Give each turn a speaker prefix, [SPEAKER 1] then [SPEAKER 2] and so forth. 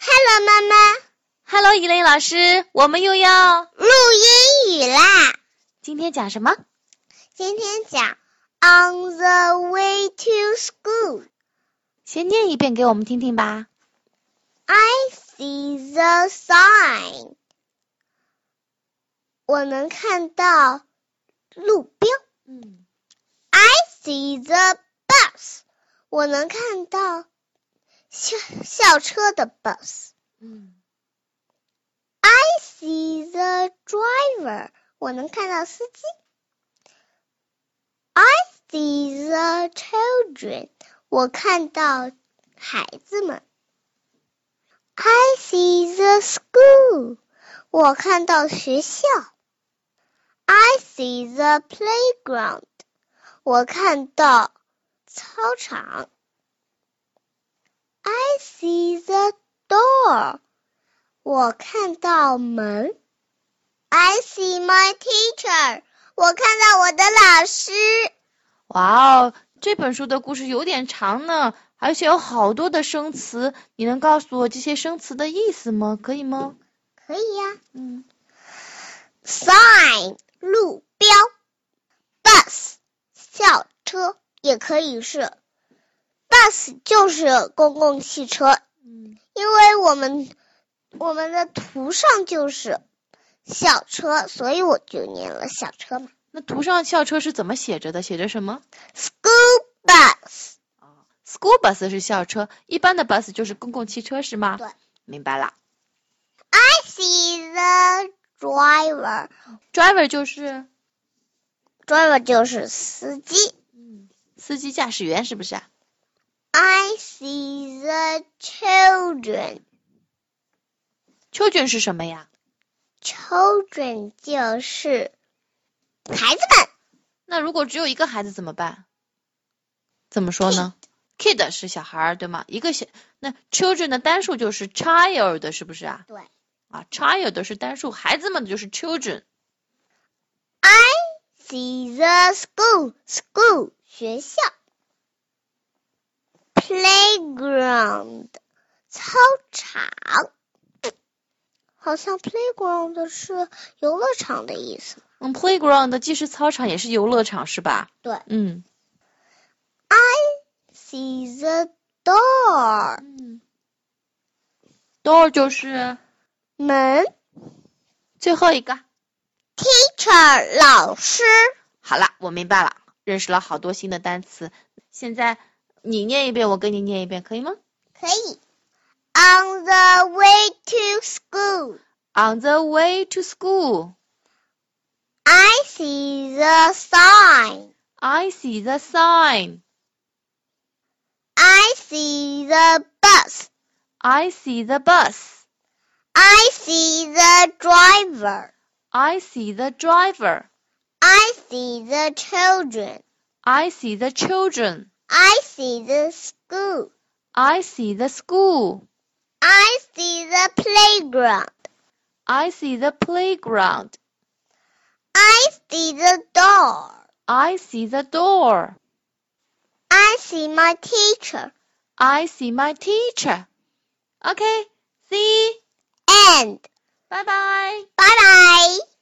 [SPEAKER 1] 了，妈妈，
[SPEAKER 2] Hello，伊磊老师，我们又要
[SPEAKER 1] 录英语啦！
[SPEAKER 2] 今天讲什么？
[SPEAKER 1] 今天讲 On the way to school,
[SPEAKER 2] 先念一遍给我们听听吧。
[SPEAKER 1] I see the sign. 我能看到路标。
[SPEAKER 2] 嗯
[SPEAKER 1] I see the bus. 我能看到校校车的 bus.
[SPEAKER 2] 嗯
[SPEAKER 1] I see the driver. 我能看到司机。I see the children. 我看到孩子们。I see the school. 我看到学校。I see the playground. 我看到操场。I see the door. 我看到门。I see my teacher。我看到我的老师。
[SPEAKER 2] 哇哦，这本书的故事有点长呢，而且有好多的生词，你能告诉我这些生词的意思吗？可以吗？
[SPEAKER 1] 可以呀、
[SPEAKER 2] 嗯
[SPEAKER 1] Sign 路标，bus 校车也可以是，bus 就是公共汽车，
[SPEAKER 2] 嗯
[SPEAKER 1] 因为我们我们的图上就是校车，所以我就念了校车嘛。
[SPEAKER 2] 那图上校车是怎么写着的？写着什么
[SPEAKER 1] School bus。
[SPEAKER 2] ？School bus 是校车，一般的 bus 就是公共汽车是吗？
[SPEAKER 1] 对，
[SPEAKER 2] 明白啦。
[SPEAKER 1] I see the driver。
[SPEAKER 2] Driver 就是
[SPEAKER 1] driver 就是司机。
[SPEAKER 2] 嗯司机驾驶员是不是啊？
[SPEAKER 1] I see the children.
[SPEAKER 2] Children 是什么呀？
[SPEAKER 1] Children 就是孩子们。
[SPEAKER 2] 那如果只有一个孩子怎么办？怎么说
[SPEAKER 1] 嗯
[SPEAKER 2] 呢？Kid 是小孩儿对吗？一个小那 children 的单数就是 child 是不是啊？
[SPEAKER 1] 对。
[SPEAKER 2] 啊，child 是单数，孩子们就是 children。
[SPEAKER 1] I see the school. School 学校。Playground 操场。好像 playground 是游乐场的意思。
[SPEAKER 2] 嗯，playground 既是操场也是游乐场是吧？
[SPEAKER 1] 对
[SPEAKER 2] 嗯
[SPEAKER 1] See the door
[SPEAKER 2] 嗯。door 就是
[SPEAKER 1] 门。
[SPEAKER 2] 最后一个。
[SPEAKER 1] Teacher 老师。
[SPEAKER 2] 好了，我明白了，认识了好多新的单词。现在你念一遍，我跟你念一遍，可以吗
[SPEAKER 1] 可以。On the way to school,
[SPEAKER 2] ？On the way to school,
[SPEAKER 1] I see the sign.
[SPEAKER 2] I see the sign.
[SPEAKER 1] I see the bus.
[SPEAKER 2] I see the bus.
[SPEAKER 1] I see the driver.
[SPEAKER 2] I see the driver.
[SPEAKER 1] I see the children.
[SPEAKER 2] I see the children.
[SPEAKER 1] I see the school.
[SPEAKER 2] I see the school.
[SPEAKER 1] I see the playground.
[SPEAKER 2] I see the playground.
[SPEAKER 1] I see the door.
[SPEAKER 2] I see the door.
[SPEAKER 1] I see my teacher.
[SPEAKER 2] I see my teacher. Okay, see.
[SPEAKER 1] And
[SPEAKER 2] Bye bye.
[SPEAKER 1] bye bye.